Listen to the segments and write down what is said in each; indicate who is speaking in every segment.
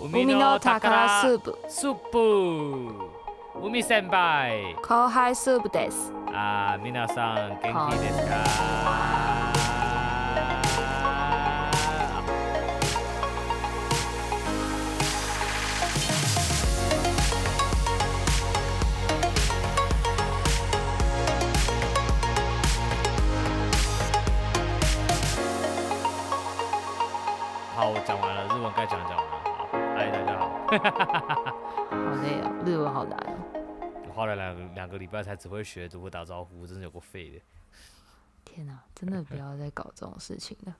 Speaker 1: 海の宝スープ
Speaker 2: スープ海先輩
Speaker 1: 後輩スープです
Speaker 2: あー皆さん元気ですか好，我讲完了，日文该讲讲完了。好，嗨，大家好。
Speaker 1: 好累哦，日文好难哦，
Speaker 2: 我花了两个两个礼拜才只会学如何打招呼，真是有够废的。
Speaker 1: 天哪、真的不要再搞这种事情了。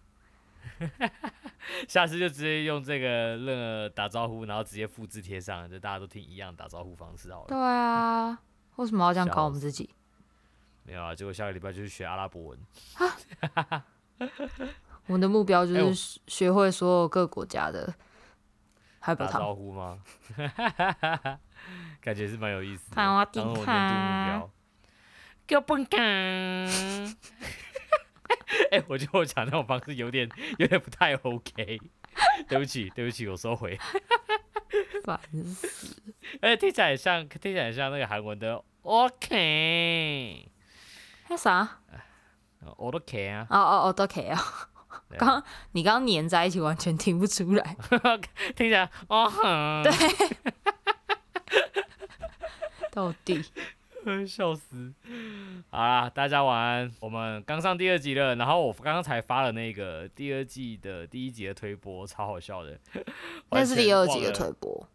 Speaker 2: 下次就直接用这个任何打招呼，然后直接复制贴上，就大家都听一样打招呼方式好
Speaker 1: 对
Speaker 2: 了。
Speaker 1: 啊，为什么要这样搞我们自己？
Speaker 2: 没有啊，结果下个礼拜就去学阿拉伯文。
Speaker 1: 我们的目标就
Speaker 2: 哎我
Speaker 1: 是学学会所有各国家的海
Speaker 2: 打
Speaker 1: 宝汤。
Speaker 2: 招呼吗？ 感觉是蛮有意思的。
Speaker 1: 萨瓦迪
Speaker 2: 当我年度目
Speaker 1: 卡
Speaker 2: 标。哥本 卡。哎、我觉得我讲那种方式有点有点不太 OK。对不 起，对不起，我收回。
Speaker 1: 烦死！
Speaker 2: 哎，听起来很像，听起来很像那个韩文的 OK。
Speaker 1: 那哎啥？
Speaker 2: 呃 OK 啊，
Speaker 1: 哦哦哦，都可以啊。
Speaker 2: 对啊
Speaker 1: 刚你刚粘在一起，完全听不出 来。
Speaker 2: 听起来哦哼，
Speaker 1: 到底
Speaker 2: 笑死！好啦，大家晚安。我们刚上第二集了，然后我刚刚才发了那个第二季的第一集的推播，超好笑的。
Speaker 1: 那是第二集的
Speaker 2: 完全忘了
Speaker 1: 推播。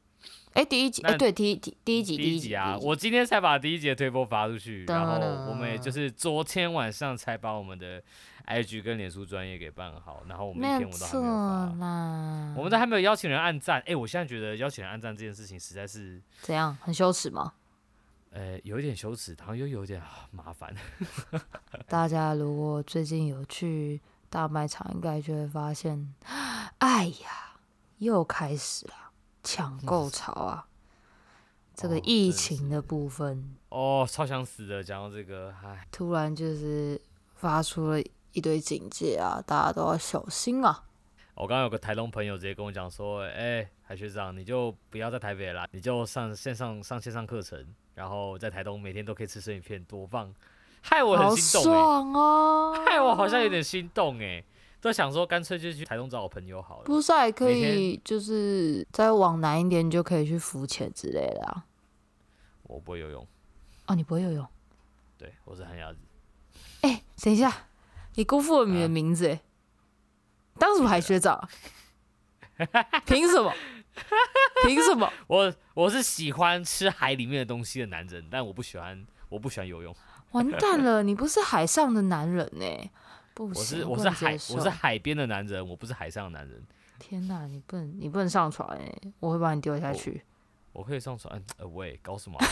Speaker 1: 哎，第一集
Speaker 2: 那
Speaker 1: 哎，对，第一第第一集
Speaker 2: 第
Speaker 1: 一
Speaker 2: 一
Speaker 1: 集
Speaker 2: 集啊，我今天才把第一集的推播发出去，
Speaker 1: 噔
Speaker 2: 然后我们也就是昨天晚上才把我们的 IG 跟脸书专业给办好，然后我们一
Speaker 1: 没
Speaker 2: 篇
Speaker 1: 有
Speaker 2: 文都还
Speaker 1: 错
Speaker 2: 没有发。
Speaker 1: 啦。
Speaker 2: 我们都还没有邀请人按赞，哎、我现在觉得邀请人按赞这件事情实在是，
Speaker 1: 怎样？很羞耻吗？
Speaker 2: 呃，有一点羞耻，然后又有一点、啊麻烦。
Speaker 1: 大家如果最近有去大卖场，应该就会发现，哎呀，又开始了抢购潮啊！这个
Speaker 2: 嗯哦
Speaker 1: 疫
Speaker 2: 真
Speaker 1: 情的部分，
Speaker 2: 哦，超想死的，讲到这个，唉，
Speaker 1: 突然就是发出了一堆警戒啊，大家都要小心啊！
Speaker 2: 我刚刚有个台东朋友直接跟我讲说，哎、海学长，你就不要在台北啦，你就上线上上线上课程，然后在台东每天都可以吃生鱼片，多棒！害我
Speaker 1: 好
Speaker 2: 很心动、欸，
Speaker 1: 爽哦！
Speaker 2: 害我好像有点心动哎、都想说干脆就去台东找我朋友好了。
Speaker 1: 不是还可
Speaker 2: 每
Speaker 1: 以，就是再往南一点，你就可以去浮潜之类的啊。
Speaker 2: 我不会游泳，
Speaker 1: 哦，你不会游泳？
Speaker 2: 对我是旱鸭子，
Speaker 1: 哎、等一下，你辜负了你的
Speaker 2: 啊
Speaker 1: 名字哎、当什么海学 长啊？凭什么？凭什么？
Speaker 2: 我我是喜欢吃海里面的东西的男人，但我不喜欢我不喜欢游泳，
Speaker 1: 完蛋了，你不是海上的男人呢、不
Speaker 2: 我是
Speaker 1: 行，
Speaker 2: 我
Speaker 1: 不
Speaker 2: 是
Speaker 1: 能
Speaker 2: 海
Speaker 1: 接
Speaker 2: 我
Speaker 1: 受
Speaker 2: 是。海边的男人，我不是海上的男人。
Speaker 1: 天哪，你不能，你不能上船哎、我会把你丢下
Speaker 2: 我
Speaker 1: 去。
Speaker 2: 我可以上船，呃喂，搞什么啊、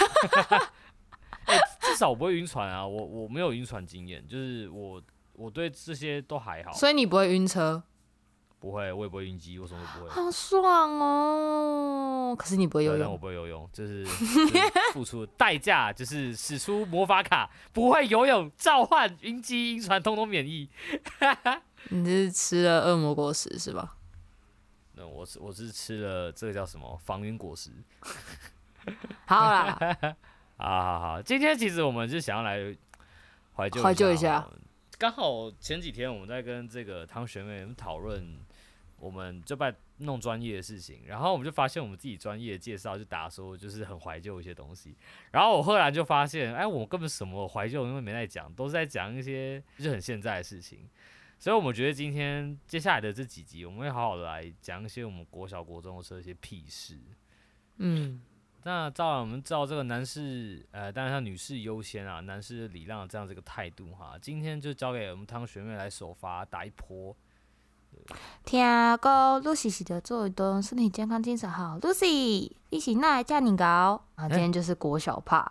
Speaker 2: 欸至少我不会晕船啊，我我没有晕船经验，就是我我对这些都还好，
Speaker 1: 所以你不会晕车，
Speaker 2: 不会，我也不会晕机，我什么都不会。
Speaker 1: 好爽哦！可是你不啊会游
Speaker 2: 对啊但我
Speaker 1: 泳，
Speaker 2: 不会游泳，就是就是付出的代价，就是使出魔法卡，不会游泳，召唤晕机、晕船，通通免疫。
Speaker 1: 你是吃了恶魔果实是吧？
Speaker 2: 那我是我是吃了这个叫什么防晕果实，
Speaker 1: 好啦，
Speaker 2: 啊，好好，今天其实我们是想要来怀旧
Speaker 1: 怀旧一下
Speaker 2: 哦。刚好前几天我们在跟这个汤学妹们讨论，我们就在弄专业的事情，然后我们就发现我们自己专业介绍就打说就是很怀旧一些东西，然后我赫然就发现，哎，我根本什么怀旧因为没在讲，都是在讲一些就是很现在的事情。所以，我们觉得今天接下来的这几集，我们会好好的来讲一些我们国小、国中的时候一些屁事。
Speaker 1: 嗯，
Speaker 2: 那照我们照这个男士，呃，当然像女士优先啊，男士礼让这样这个态度哈，今天就交给我们汤学妹来首发打一波。
Speaker 3: 听讲 Lucy 是着做运动，身体健康，精神好。Lucy，你是哪会遮尔高？
Speaker 2: 哎
Speaker 1: 啊，今天就是国小怕，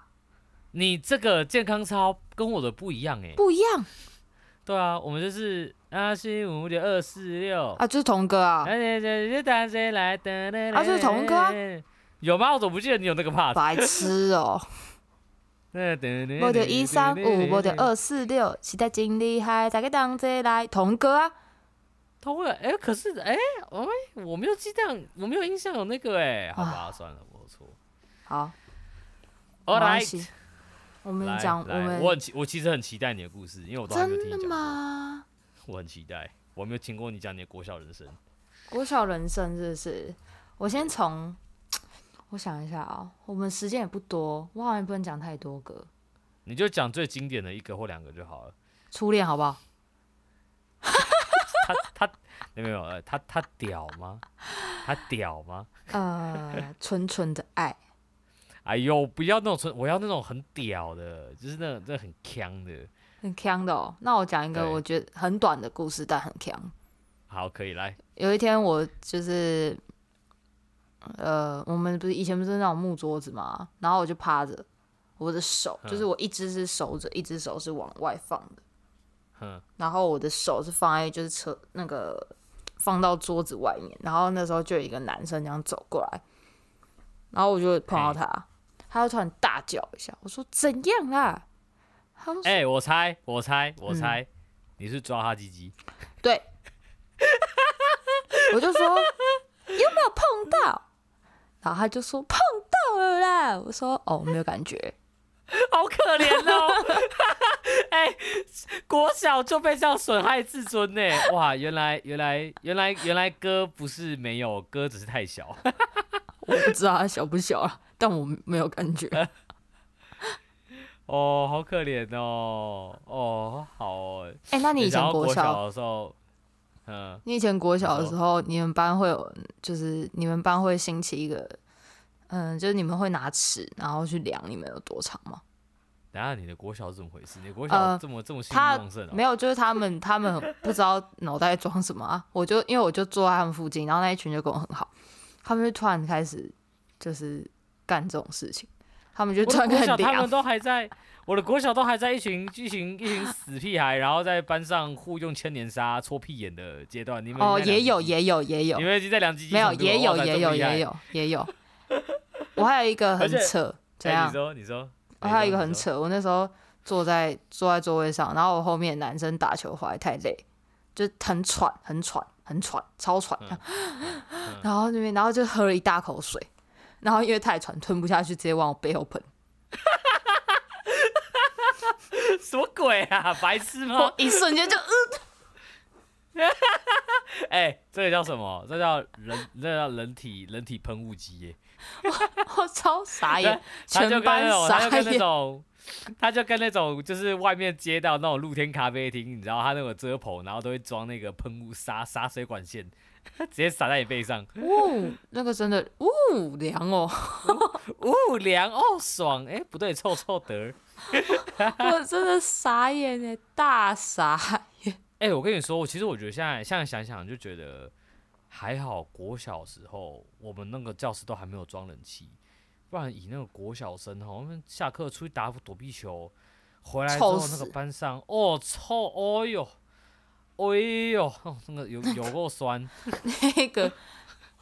Speaker 2: 你这个健康操跟我的不一样哎、
Speaker 1: 不一样
Speaker 2: 对啊，我们就是啊，是五点二四六，
Speaker 1: 啊，就是童哥啊，
Speaker 2: 而且这是单身来的，
Speaker 1: 啊这是同一个啊
Speaker 2: 有吗？我怎么不记得你有那个 part？
Speaker 1: 白痴哦、
Speaker 2: 那等等
Speaker 3: 无着一 三五，无着，二四六，时代真厉害，大家同齐来。
Speaker 1: 童哥啊，
Speaker 2: 他会哎、可是哎，喂、我没有记得，我没有印象有那个哎、好吧，算了，我错。
Speaker 1: 好，没
Speaker 2: All
Speaker 1: 关系
Speaker 2: right，
Speaker 1: 我们
Speaker 2: 来
Speaker 1: 讲我
Speaker 2: 来
Speaker 1: 们
Speaker 2: 我很期，我其实很期待你的故事，因为我都还没有听
Speaker 3: 真
Speaker 2: 你讲
Speaker 3: 的
Speaker 2: 过，
Speaker 3: 吗？
Speaker 2: 我很期待，我没有听过你讲你的国小人生。
Speaker 1: 国小人生是不是？我先从我想一下啊、我们时间也不多，我好像也不能讲太多个
Speaker 2: 你就讲最经典的一个或两个就好了。
Speaker 1: 初恋，好不好？
Speaker 2: 他他没有没有，呃他他屌吗？他屌吗？
Speaker 1: 呃，纯纯的爱，
Speaker 2: 哎呦，不要那种纯，我要那种很屌的，就是那种真的很强的。
Speaker 1: 很强的哦。那我讲一个
Speaker 2: 对
Speaker 1: 我觉得很短的故事，但很强。
Speaker 2: 好，可以来。
Speaker 1: 有一天我就是，呃，我们不是以前不是那种木桌子嘛，然后我就趴着，我的手就是我一只是守着，一只手是往外放的，
Speaker 2: 哼，
Speaker 1: 然后我的手是放在就是车那个放到桌子外面，然后那时候就有一个男生这样走过来，然后我就碰到他，他就突然大叫一下，我说怎样啦？他就说嗯
Speaker 2: 哎、我猜，我猜，我猜，你是抓他鸡鸡？
Speaker 1: 对， 我就说有没有碰到？然后他就说碰到了啦。我说哦，没有感觉。
Speaker 2: 好可怜哦！ 哎、国小就被这样损害自尊呢。哇，原来原来原来原来哥不是没有，哥只是太小。
Speaker 1: 我不知道他小不小啊，但我没有感 觉。
Speaker 2: 哦，好可怜哦。哦，好哦。
Speaker 1: 哎、那你以前
Speaker 2: 然后
Speaker 1: 国
Speaker 2: 国
Speaker 1: 小，
Speaker 2: 的时候，嗯，
Speaker 1: 你以前国小的时候，你们班会有，就是你们班会兴起一个，嗯，就是你们会拿尺，然后去量你们有多长吗？
Speaker 2: 等一下你的国小是怎么回事？你的国
Speaker 1: 呃
Speaker 2: 小这么、这么兴
Speaker 1: 他
Speaker 2: 旺盛哦、
Speaker 1: 没有，就是他们他们很不知道脑袋装什么啊。 我就因为我就坐在他们附近，然后那一群就跟我很好，他们就突然开始就是干这种事情，他们就
Speaker 2: 我的
Speaker 1: 突然
Speaker 2: 国
Speaker 1: 开始
Speaker 2: 小他
Speaker 1: 量
Speaker 2: 们。都还在，我的国小都还在一群一群一群死屁孩，然后在班上互用千年杀戳屁眼的阶段。你们
Speaker 1: 哦，
Speaker 2: 应该
Speaker 1: 也有
Speaker 2: 两鸡鸡
Speaker 1: 也有也有
Speaker 2: 你，们已经在两鸡鸡
Speaker 1: 没有
Speaker 2: 程度了
Speaker 1: 也有
Speaker 2: 哇塞
Speaker 1: 也
Speaker 2: 这么
Speaker 1: 有
Speaker 2: 厉害哎
Speaker 1: 也有也有。我还有一个很
Speaker 2: 而且
Speaker 1: 扯，怎
Speaker 2: 哎
Speaker 1: 样
Speaker 2: 你？说你说，
Speaker 1: 我
Speaker 2: 你
Speaker 1: 啊哦还有
Speaker 2: 说
Speaker 1: 一个
Speaker 2: 你
Speaker 1: 很
Speaker 2: 说
Speaker 1: 扯，我那时候坐在坐在座位上，然后我后面男生打球回来太累，就很喘，很喘，很喘，超喘，
Speaker 2: 嗯嗯
Speaker 1: 然后那边然后就喝了一大口水，然后因为太喘吞不下去，直接往我背后喷，
Speaker 2: 什么鬼啊？白痴吗
Speaker 1: 我？一瞬间就呃
Speaker 2: 哎、这个叫什么？这叫人，这叫人体人体喷雾机耶。
Speaker 1: 我超傻眼，
Speaker 2: 他就
Speaker 1: 全
Speaker 2: 跟那
Speaker 1: 班
Speaker 2: 种，他就
Speaker 1: 傻
Speaker 2: 跟那
Speaker 1: 眼，
Speaker 2: 种，他就跟那种，就是外面街道那种露天咖啡厅，你知道他那种遮棚，然后都会装那个喷雾洒洒水管线， 直接洒在你背上，
Speaker 1: 呜，那个真的呜凉哦，
Speaker 2: 呜凉哦爽，哎、不对，臭臭的儿。
Speaker 1: 我真的傻眼哎，大傻眼，
Speaker 2: 哎、我跟你说，我其实我觉得现在现在想想就觉得还好，国小时候我们那个教室都还没有装冷气，不然以那个国小生哈，我们下课出去打躲避球，回来之
Speaker 1: 臭
Speaker 2: 后那个
Speaker 1: 死
Speaker 2: 班上哦臭，哦哟，哎呦，哦 那个有有够酸，
Speaker 1: 那个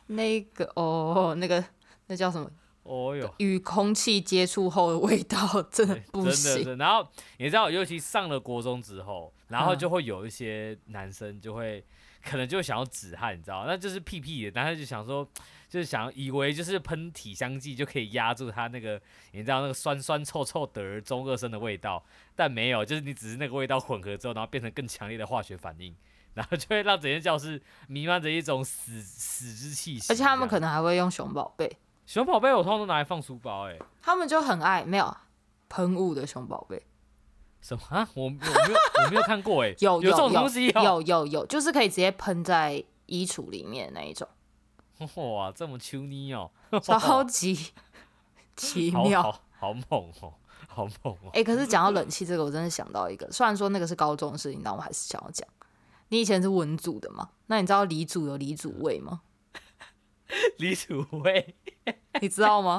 Speaker 1: 那个哦，那个那叫什么？
Speaker 2: 哦哟。
Speaker 1: 与空气接触后的味道真的
Speaker 2: 对
Speaker 1: 不
Speaker 2: 真的
Speaker 1: 行。
Speaker 2: 是，然后你知道，尤其上了国中之后，然后
Speaker 1: 嗯
Speaker 2: 就会有一些男生就会、可能就想要止汗，你知道，那就是屁屁的，然后就想说，就是想以为就是喷体香剂就可以压住他那个，你知道那个酸酸臭臭的儿中二生的味道，但没有，就是你只是那个味道混合之后，然后变成更强烈的化学反应。然后就会让整间教室弥漫着一种死死之气息这样，
Speaker 1: 而且他们可能还会用熊宝贝，
Speaker 2: 熊宝贝，我通常都拿来放书包、欸，
Speaker 1: 他们就很爱没有喷雾的熊宝贝，
Speaker 2: 什么啊？我我没有我没有看过哎、
Speaker 1: 有
Speaker 2: 有这种
Speaker 1: 有
Speaker 2: 东西哦、
Speaker 1: 有有有，就是可以直接喷在衣橱里面的那一种，
Speaker 2: 哇，这么秋妮哦、
Speaker 1: 超级 奇
Speaker 2: 好
Speaker 1: 妙。
Speaker 2: 好好猛哦、好猛哦、
Speaker 1: 哎、可是讲到冷气这个，我真的想到一个，虽然说那个是高中的事情，但我还是想要讲。你以前是文组的嘛？那你知道理组有理组味吗？
Speaker 2: 李楚威，
Speaker 1: 你知道吗？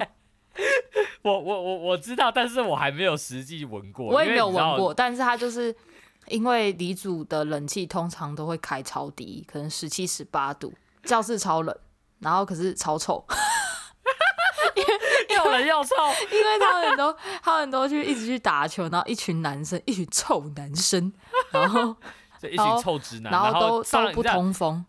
Speaker 2: 我我我我知道，但是我还没有实际闻过，
Speaker 1: 我也
Speaker 2: 因为
Speaker 1: 没有
Speaker 2: 你知道
Speaker 1: 闻过，但是它就是因为离组的冷气通常都会开超低，可能十七、十八度，教室超冷，然后可是超臭，
Speaker 2: 又冷又臭，
Speaker 1: 因为他们都 他们都去一直去打球，然后一群男生，一群臭男生，然后
Speaker 2: 所以一群臭直男，
Speaker 1: 然
Speaker 2: 后
Speaker 1: 都
Speaker 2: 上
Speaker 1: 都
Speaker 2: 了
Speaker 1: 不
Speaker 2: 你知道
Speaker 1: 通风，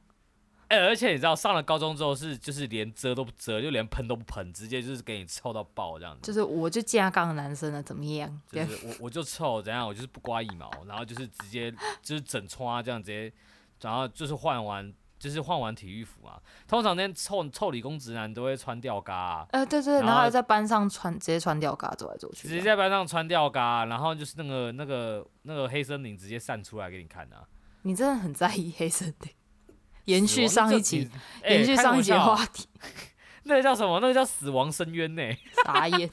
Speaker 2: 哎、而且你知道，上了高中之后是就是连遮都不遮，就连喷都不喷，直接就是给你臭到爆这样子。
Speaker 1: 就是我就加杠的男生了，怎么样？
Speaker 2: 就是我我就臭怎样，我就是不刮一毛，然后就是直接就是整穿啊这样直接，然后就是换完就是换完体育服啊。通常那些臭臭理工直男都会穿吊嘎、啊，
Speaker 1: 呃，对对，
Speaker 2: 然
Speaker 1: 然
Speaker 2: 后
Speaker 1: 后还在班上穿直接穿吊嘎走来走去
Speaker 2: 直
Speaker 1: 这
Speaker 2: 接在
Speaker 1: 样，
Speaker 2: 班上穿吊嘎啊，然后就是那个那个那个黑森林直接散出来给你看啊。
Speaker 1: 你真的很在意黑森林。延续
Speaker 2: 死亡
Speaker 1: 上
Speaker 2: 那
Speaker 1: 一
Speaker 2: 这
Speaker 1: 集，，
Speaker 2: 哎
Speaker 1: 延续
Speaker 2: 开
Speaker 1: 上一
Speaker 2: 玩
Speaker 1: 集
Speaker 2: 笑
Speaker 1: 话题，
Speaker 2: 那个叫什么？那个叫死亡深渊呢、
Speaker 1: 傻眼。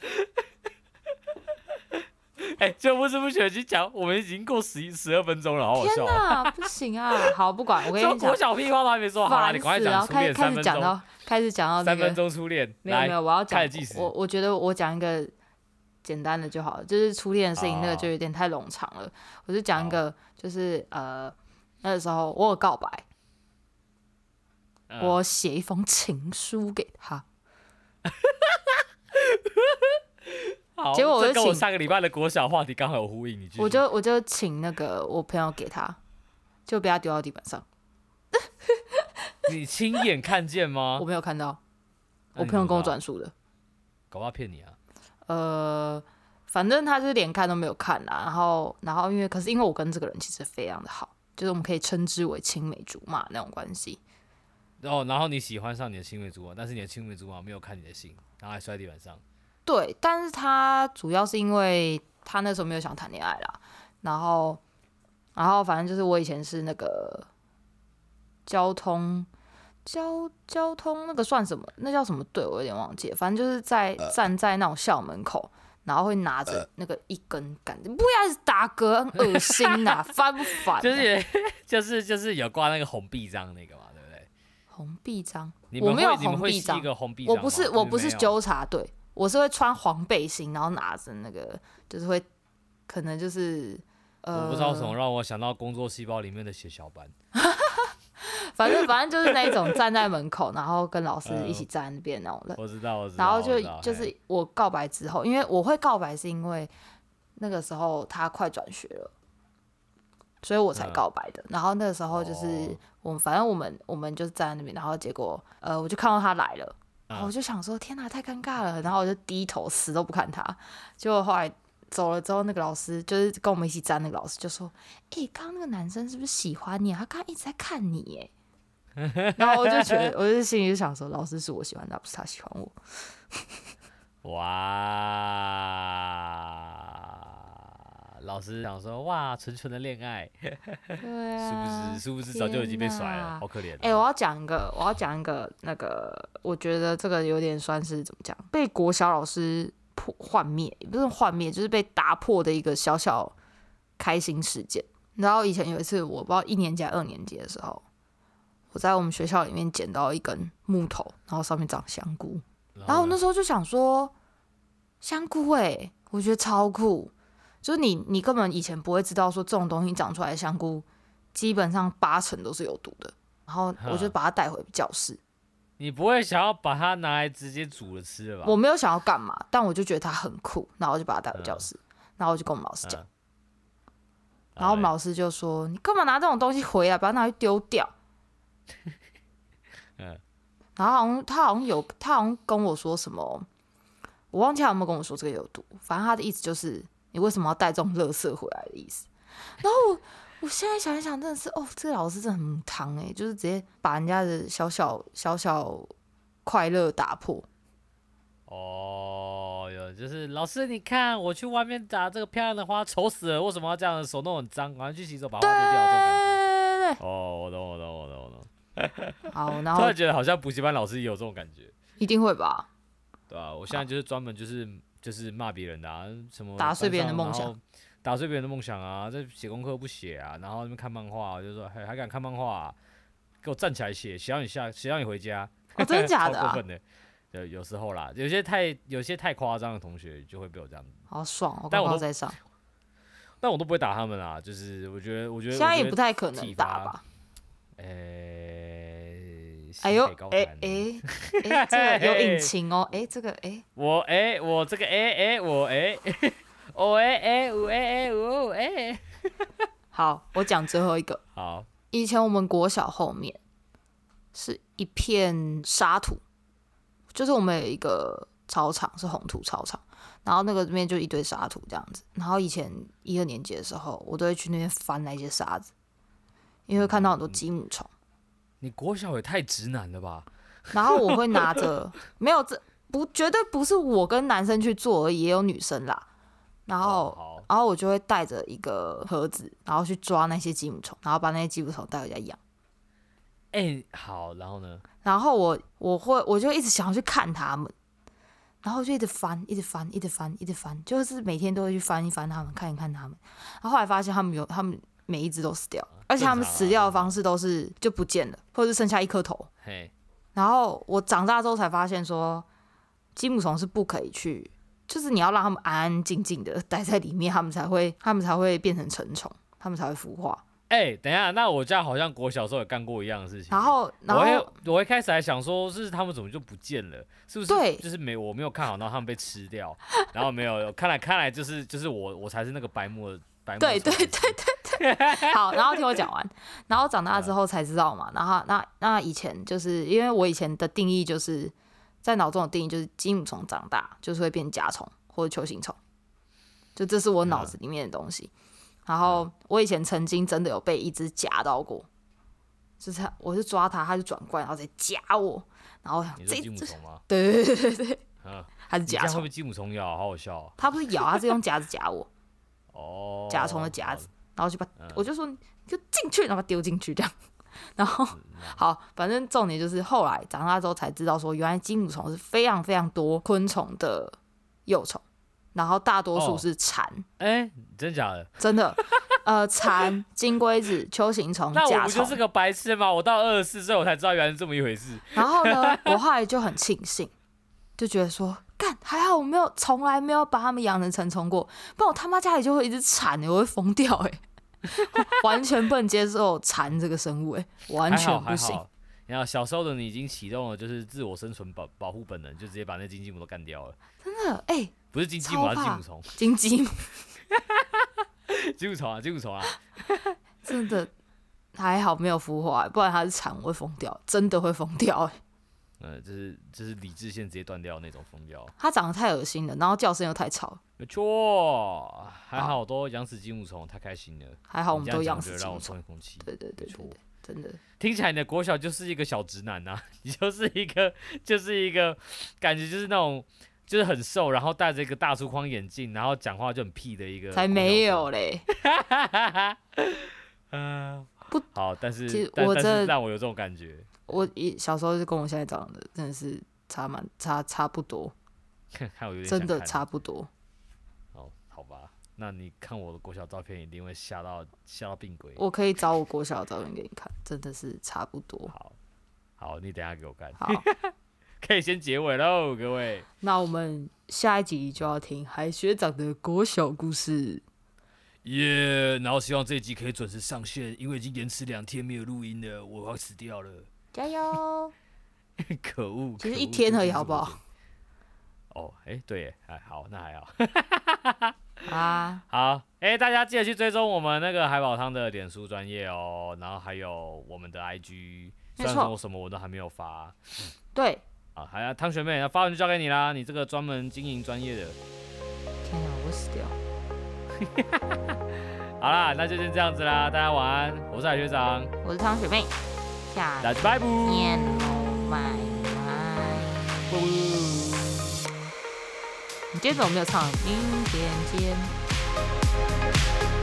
Speaker 2: 哎、就不知不觉已经讲，我们已经过十一十二分钟了，好好笑、
Speaker 1: 天
Speaker 2: 啊。
Speaker 1: 哪，不行啊！ 好，不管我跟
Speaker 2: 说
Speaker 1: 你讲
Speaker 2: 国，小屁话都还没说，好啦，
Speaker 1: 烦
Speaker 2: 你
Speaker 1: 死
Speaker 2: 赶快
Speaker 1: 了
Speaker 2: 讲初
Speaker 1: 开
Speaker 2: 恋
Speaker 1: 开
Speaker 2: 三
Speaker 1: 始
Speaker 2: 分
Speaker 1: 讲
Speaker 2: 钟，
Speaker 1: 到开始讲到那
Speaker 2: 三分
Speaker 1: 个，
Speaker 2: 钟初恋，
Speaker 1: 没有没
Speaker 2: 来
Speaker 1: 有，我要讲
Speaker 2: 开始计时
Speaker 1: 我我觉得我讲一个简单的就好了，就是初恋的事情
Speaker 2: 好
Speaker 1: 那个
Speaker 2: 好
Speaker 1: 就有点太冗长了，我就讲一
Speaker 2: 哦
Speaker 1: 个，就是呃那时候我有告白，
Speaker 2: 嗯
Speaker 1: 我写一封情书给他，
Speaker 2: 好
Speaker 1: 结果我
Speaker 2: 这
Speaker 1: 就
Speaker 2: 跟我
Speaker 1: 请
Speaker 2: 上个礼拜的国小话题刚好有呼应，你继续
Speaker 1: 我就我就请那个我朋友给他，就被他丢到地板上，
Speaker 2: 你亲眼看见吗
Speaker 1: 我？没有看到，
Speaker 2: 哦那
Speaker 1: 我
Speaker 2: 你
Speaker 1: 朋友
Speaker 2: 怎
Speaker 1: 跟
Speaker 2: 么
Speaker 1: 我
Speaker 2: 知道
Speaker 1: 转述的，
Speaker 2: 搞不好骗你啊！
Speaker 1: 呃，反正他就是连看都没有看啦。然后，然后因为可是因为我跟这个人其实非常的好，就是我们可以称之为青梅竹马那种关系。
Speaker 2: 然后哦然后你喜欢上你的青梅竹马，但是你的青梅竹啊马没有看你的信，然后还摔地板上。
Speaker 1: 对，但是他主要是因为他那时候没有想谈恋爱啦。然后，然后反正就是我以前是那个交通。交交通那个算什么？那叫什么队？我有点忘记了。反正就是在站在那种校门口，然后会拿着那个一根杆子，不要一直打嗝，很恶心呐、烦不烦啊、
Speaker 2: 就是 就是就是有挂那个红臂章那个嘛，对不对？
Speaker 1: 红臂章，
Speaker 2: 你
Speaker 1: 我
Speaker 2: 们
Speaker 1: 没有
Speaker 2: 会你们
Speaker 1: 红
Speaker 2: 会
Speaker 1: 臂
Speaker 2: 系一
Speaker 1: 章，
Speaker 2: 个红臂章
Speaker 1: 我
Speaker 2: 吗，
Speaker 1: 不是
Speaker 2: 你
Speaker 1: 我
Speaker 2: 们
Speaker 1: 不是
Speaker 2: 没有
Speaker 1: 纠察队，我是会穿黄背心，然后拿着那个，就是会可能就是呃，
Speaker 2: 我不知道为什么，让我想到工作细胞里面的血小板。
Speaker 1: 反正反正就是那一种站在门口，然后跟老师一起
Speaker 2: 嗯
Speaker 1: 站在那边那种人。
Speaker 2: 我知道，我知道。
Speaker 1: 然后
Speaker 2: 我
Speaker 1: 就
Speaker 2: 知道
Speaker 1: 就
Speaker 2: 嘿
Speaker 1: 是我告白之后，因为我会告白是因为那个时候他快转学了，所以我才
Speaker 2: 嗯
Speaker 1: 告白的。然后那个时候就是
Speaker 2: 哦
Speaker 1: 我们反正我们我们就是站在那边，然后结果呃我就看到他来了。然后
Speaker 2: 嗯
Speaker 1: 我就想说，天哪，太尴尬了。然后我就低头死都不看他。结果后来走了之后，那个老师就是跟我们一起站，那个老师就说：“诶，刚刚那个男生是不是喜欢你啊？他刚刚一直在看你 耶。”然后我就觉得，我就心里就想说，老师是我喜欢他，不是他喜欢我。
Speaker 2: 哇，老师想说哇，纯纯的恋爱，
Speaker 1: 对
Speaker 2: 是
Speaker 1: 啊，
Speaker 2: 不是？是不是早就已经被甩
Speaker 1: 天
Speaker 2: 了？
Speaker 1: 哪
Speaker 2: 好可怜哦。
Speaker 1: 哎、我要讲一个，我要讲一个，那个，我觉得这个有点算是怎么讲，被国小老师破幻灭，也不是幻灭，就是被打破的一个小小开心事件。然后以前有一次，我不知道一年级还是二年级的时候，我在我们学校里面捡到一根木头，然后上面长香菇，然后我
Speaker 2: 呢
Speaker 1: 那？时候就想说，香菇哎、我觉得超酷，就是你你根本以前不会知道说这种东西长出来的香菇，基本上八成都是有毒的。然后我就
Speaker 2: 哈
Speaker 1: 把它带回教室，
Speaker 2: 你不会想要把它拿来直接煮了吃了吧？
Speaker 1: 我没有想要干嘛，但我就觉得它很酷，然后我就把它带回教
Speaker 2: 嗯
Speaker 1: 室，然后我就跟我们老师讲，
Speaker 2: 嗯
Speaker 1: 然后我们
Speaker 2: 嘞
Speaker 1: 老师就说：“你干嘛拿这种东西回来，把它拿去丢掉？”
Speaker 2: 嗯
Speaker 1: 然后好像他好像有他好像跟我说什么，我忘记他有没有跟我说这个有毒，反正他的意思就是你为什么要带这种垃圾回来的意思。然后我我现在想一想，真的是哦，这个老师真的很母汤哎，就是直接把人家的小小小小快乐打破。
Speaker 2: 哦哟，就是老师，你看我去外面打这个漂亮的花，丑死了，为什么要这样？手弄很脏，赶快去洗手把花丢掉，这种感觉。
Speaker 1: 对，
Speaker 2: 哦，我懂，我懂，我懂，我懂。
Speaker 1: 好，然
Speaker 2: 突
Speaker 1: 后
Speaker 2: 然觉得好像补习班老师也有这种感觉，
Speaker 1: 一定会 吧？
Speaker 2: 对吧、我现在就是专门就是就是骂别人的、啊，什么
Speaker 1: 打碎别人的
Speaker 2: 班上
Speaker 1: 梦想，
Speaker 2: 然后打碎别人的梦想啊，这写功课不写啊，然后那边看漫画、我就说还还敢看漫画、啊，给我站起来写，写到你下，写到你回家。
Speaker 1: 哦，真的假的
Speaker 2: 超过
Speaker 1: 啊？
Speaker 2: 分的。有有时候啦，有些太有些太夸张的同学就会被我这样，
Speaker 1: 好爽，我
Speaker 2: 但
Speaker 1: 高
Speaker 2: 我
Speaker 1: 高
Speaker 2: 都
Speaker 1: 在上，
Speaker 2: 但我都不会打他们啦。就是我觉得，我觉得
Speaker 1: 现在也不
Speaker 2: 太，
Speaker 1: 太可
Speaker 2: 体
Speaker 1: 能
Speaker 2: 罚
Speaker 1: 打吧？
Speaker 2: 呃、
Speaker 1: 哎呦
Speaker 2: 新北高，欸
Speaker 1: 哎
Speaker 2: 谈
Speaker 1: 哎哎，这个有隐情哦，哎，这个哎，
Speaker 2: 我哎、我这个 哎哎、我哎、我哎哎我哎哎我哎、
Speaker 1: 好，我讲最后一个。
Speaker 2: 好，
Speaker 1: 以前我们国小后面是一片沙土，就是我们有一个操场是红土操场，然后那个里面就一堆沙土这样子。然后以前一二年级的时候，我都会去那边翻那些沙子，因为看到很
Speaker 2: 嗯
Speaker 1: 多鸡母虫。
Speaker 2: 你国小也太直男了吧？
Speaker 1: 然后我会拿着，没有这不绝对不是我跟男生去做而已，也有女生啦。然后
Speaker 2: 哦好，
Speaker 1: 然后我就会带着一个盒子，然后去抓那些鸡母虫，然后把那些鸡母虫带回家养。
Speaker 2: 哎、好，然后呢？
Speaker 1: 然后我我会我就一直想要去看它们，然后就一直翻，一直翻，一直翻，一直翻，就是每天都会去翻一翻它们，看一看它们。然后后来发现它们有，它们每一只都死掉，而且它们
Speaker 2: 正常啊
Speaker 1: 死掉的
Speaker 2: 正常
Speaker 1: 方式都是就不见了，或者是剩下一颗头。
Speaker 2: 嘿，
Speaker 1: 然后我长大之后才发现说，鸡母虫是不可以去，就是你要让它们安安静静的待在里面，它们才会，它们才会变成成虫，它们才会孵化。
Speaker 2: 哎、等一下，那我家好像国小时候也干过一样的事情。
Speaker 1: 然后，然
Speaker 2: 我
Speaker 1: 后
Speaker 2: 一我一开始还想说，是他们怎么就不见了？是不是？
Speaker 1: 对
Speaker 2: 就是没我没有看好，然后他们被吃掉， 然后没有，看来看来就是就是我我才是那个白目的白目。
Speaker 1: 对对 对，好，然后听我讲完。然后长大之后才知道嘛，然后那那以前就是因为我以前的定义就是在脑中的定义就是鸡母虫长大就是会变甲虫或者球形虫，就这是我脑子里面的东西。然后我以前曾经真的有被一只夹到过，就是它我就抓它，它就转过来，然后再夹我，然后我想
Speaker 2: 你
Speaker 1: 这
Speaker 2: 说金母
Speaker 1: 这
Speaker 2: 虫吗？
Speaker 1: 对对对对对，
Speaker 2: 嗯，
Speaker 1: 它是
Speaker 2: 你这
Speaker 1: 甲
Speaker 2: 样会
Speaker 1: 虫，
Speaker 2: 被金母虫咬，好好笑哦
Speaker 1: 它不是咬，它是用夹子夹我，
Speaker 2: 哦。
Speaker 1: 甲虫的夹子然后就把
Speaker 2: 好，嗯
Speaker 1: 我就说你就进去，然后把它丢进去这样。然后
Speaker 2: 嗯
Speaker 1: 好，反正重点就是后来长大之后才知道说，原来金母虫是非常非常多昆虫的幼虫，然后大多数
Speaker 2: 哦
Speaker 1: 是蝉，
Speaker 2: 哎、真假的？
Speaker 1: 真的，呃，蝉、金龟子、秋形虫、
Speaker 2: 那我
Speaker 1: 甲
Speaker 2: 不就
Speaker 1: 虫
Speaker 2: 是。个白痴吗？我到二十四岁我才知道原来是这么一回事。
Speaker 1: 然后 呢，我后来就很庆幸，就觉得说，干还好我没有从来没有把它们养成成虫过，不然我他妈家里就会一只蝉、欸，我会疯掉哎、我完全不能接受蝉这个生物哎、完
Speaker 2: 还好
Speaker 1: 全不
Speaker 2: 还
Speaker 1: 行。
Speaker 2: 好。然后小时候的你已经启动了，就是自我生存保保护本能，就直接把那金鸡母都干掉了。
Speaker 1: 真的，哎、
Speaker 2: 不是金鸡母啊，
Speaker 1: 超
Speaker 2: 是
Speaker 1: 怕
Speaker 2: 金母虫，
Speaker 1: 金鸡母
Speaker 2: 金母虫啊，金母虫啊。
Speaker 1: 真的还好没有孵化、不然它是产我会疯掉，真的会疯掉、 欸。
Speaker 2: 呃，就是就是理智线直接断掉的那种疯掉。
Speaker 1: 它长得太恶心了，然后叫声又太吵，
Speaker 2: 没错，还好都养死金母虫，太开心了。
Speaker 1: 还好我们
Speaker 2: 你
Speaker 1: 都
Speaker 2: 这样
Speaker 1: 养
Speaker 2: 讲就
Speaker 1: 死
Speaker 2: 让我
Speaker 1: 金
Speaker 2: 松
Speaker 1: 虫。
Speaker 2: 一口气。
Speaker 1: 对对对
Speaker 2: 没
Speaker 1: 对
Speaker 2: 错
Speaker 1: 对，真的
Speaker 2: 听起来你的国小就是一个小直男呐、 你就是一个就是一个感觉就是那种就是很瘦，然后戴着一个大粗框眼镜，然后讲话就很屁的一个。
Speaker 1: 才没有。嘞。
Speaker 2: 嗯，
Speaker 1: 不
Speaker 2: 好，但
Speaker 1: 其
Speaker 2: 是
Speaker 1: 实
Speaker 2: 但
Speaker 1: 我
Speaker 2: 但
Speaker 1: 这
Speaker 2: 是让我有这种感觉。
Speaker 1: 我一小时候就跟我现在长得真的是差蛮差差不多，
Speaker 2: 看看我有点
Speaker 1: 真
Speaker 2: 想
Speaker 1: 的
Speaker 2: 看
Speaker 1: 差不多。
Speaker 2: 哦，好吧，那你看我的国小照片一定会吓到吓到病鬼。
Speaker 1: 我可以找我国小的照片给你看，真的是差不多。
Speaker 2: 好，好，你等一下给我看，
Speaker 1: 好，
Speaker 2: 可以先结尾喽，各位。
Speaker 1: 那我们下一集就要听海学长的国小故事。
Speaker 2: 耶、然后希望这一集可以准时上线，因为已经延迟两天没有录音了，我要死掉了，
Speaker 3: 加油！
Speaker 2: 可恶！
Speaker 1: 其实
Speaker 2: 可
Speaker 1: 一
Speaker 2: 恶
Speaker 1: 天而已
Speaker 2: 这就是
Speaker 1: 好不好
Speaker 2: 我的？哦，哎、对耶，哎，好，那还好，
Speaker 1: 好啊，
Speaker 2: 好，哎、大家记得去追踪我们那个海宝汤的脸书专业哦，然后还有我们的 IG，虽然
Speaker 1: 没错
Speaker 2: 说什么我都还没有发
Speaker 1: 对，
Speaker 2: 啊，还有汤学妹，那发文就交给你啦，你这个专门经营专业的，
Speaker 1: 天哪，我死掉。
Speaker 2: 好啦，那就先这样子啦，大家晚安，我是海学长，
Speaker 3: 我是汤雪妹，下
Speaker 2: 大家拜拜。
Speaker 3: 见喽，拜拜。
Speaker 1: 你今天怎么没有唱？
Speaker 3: 明天见。
Speaker 1: 天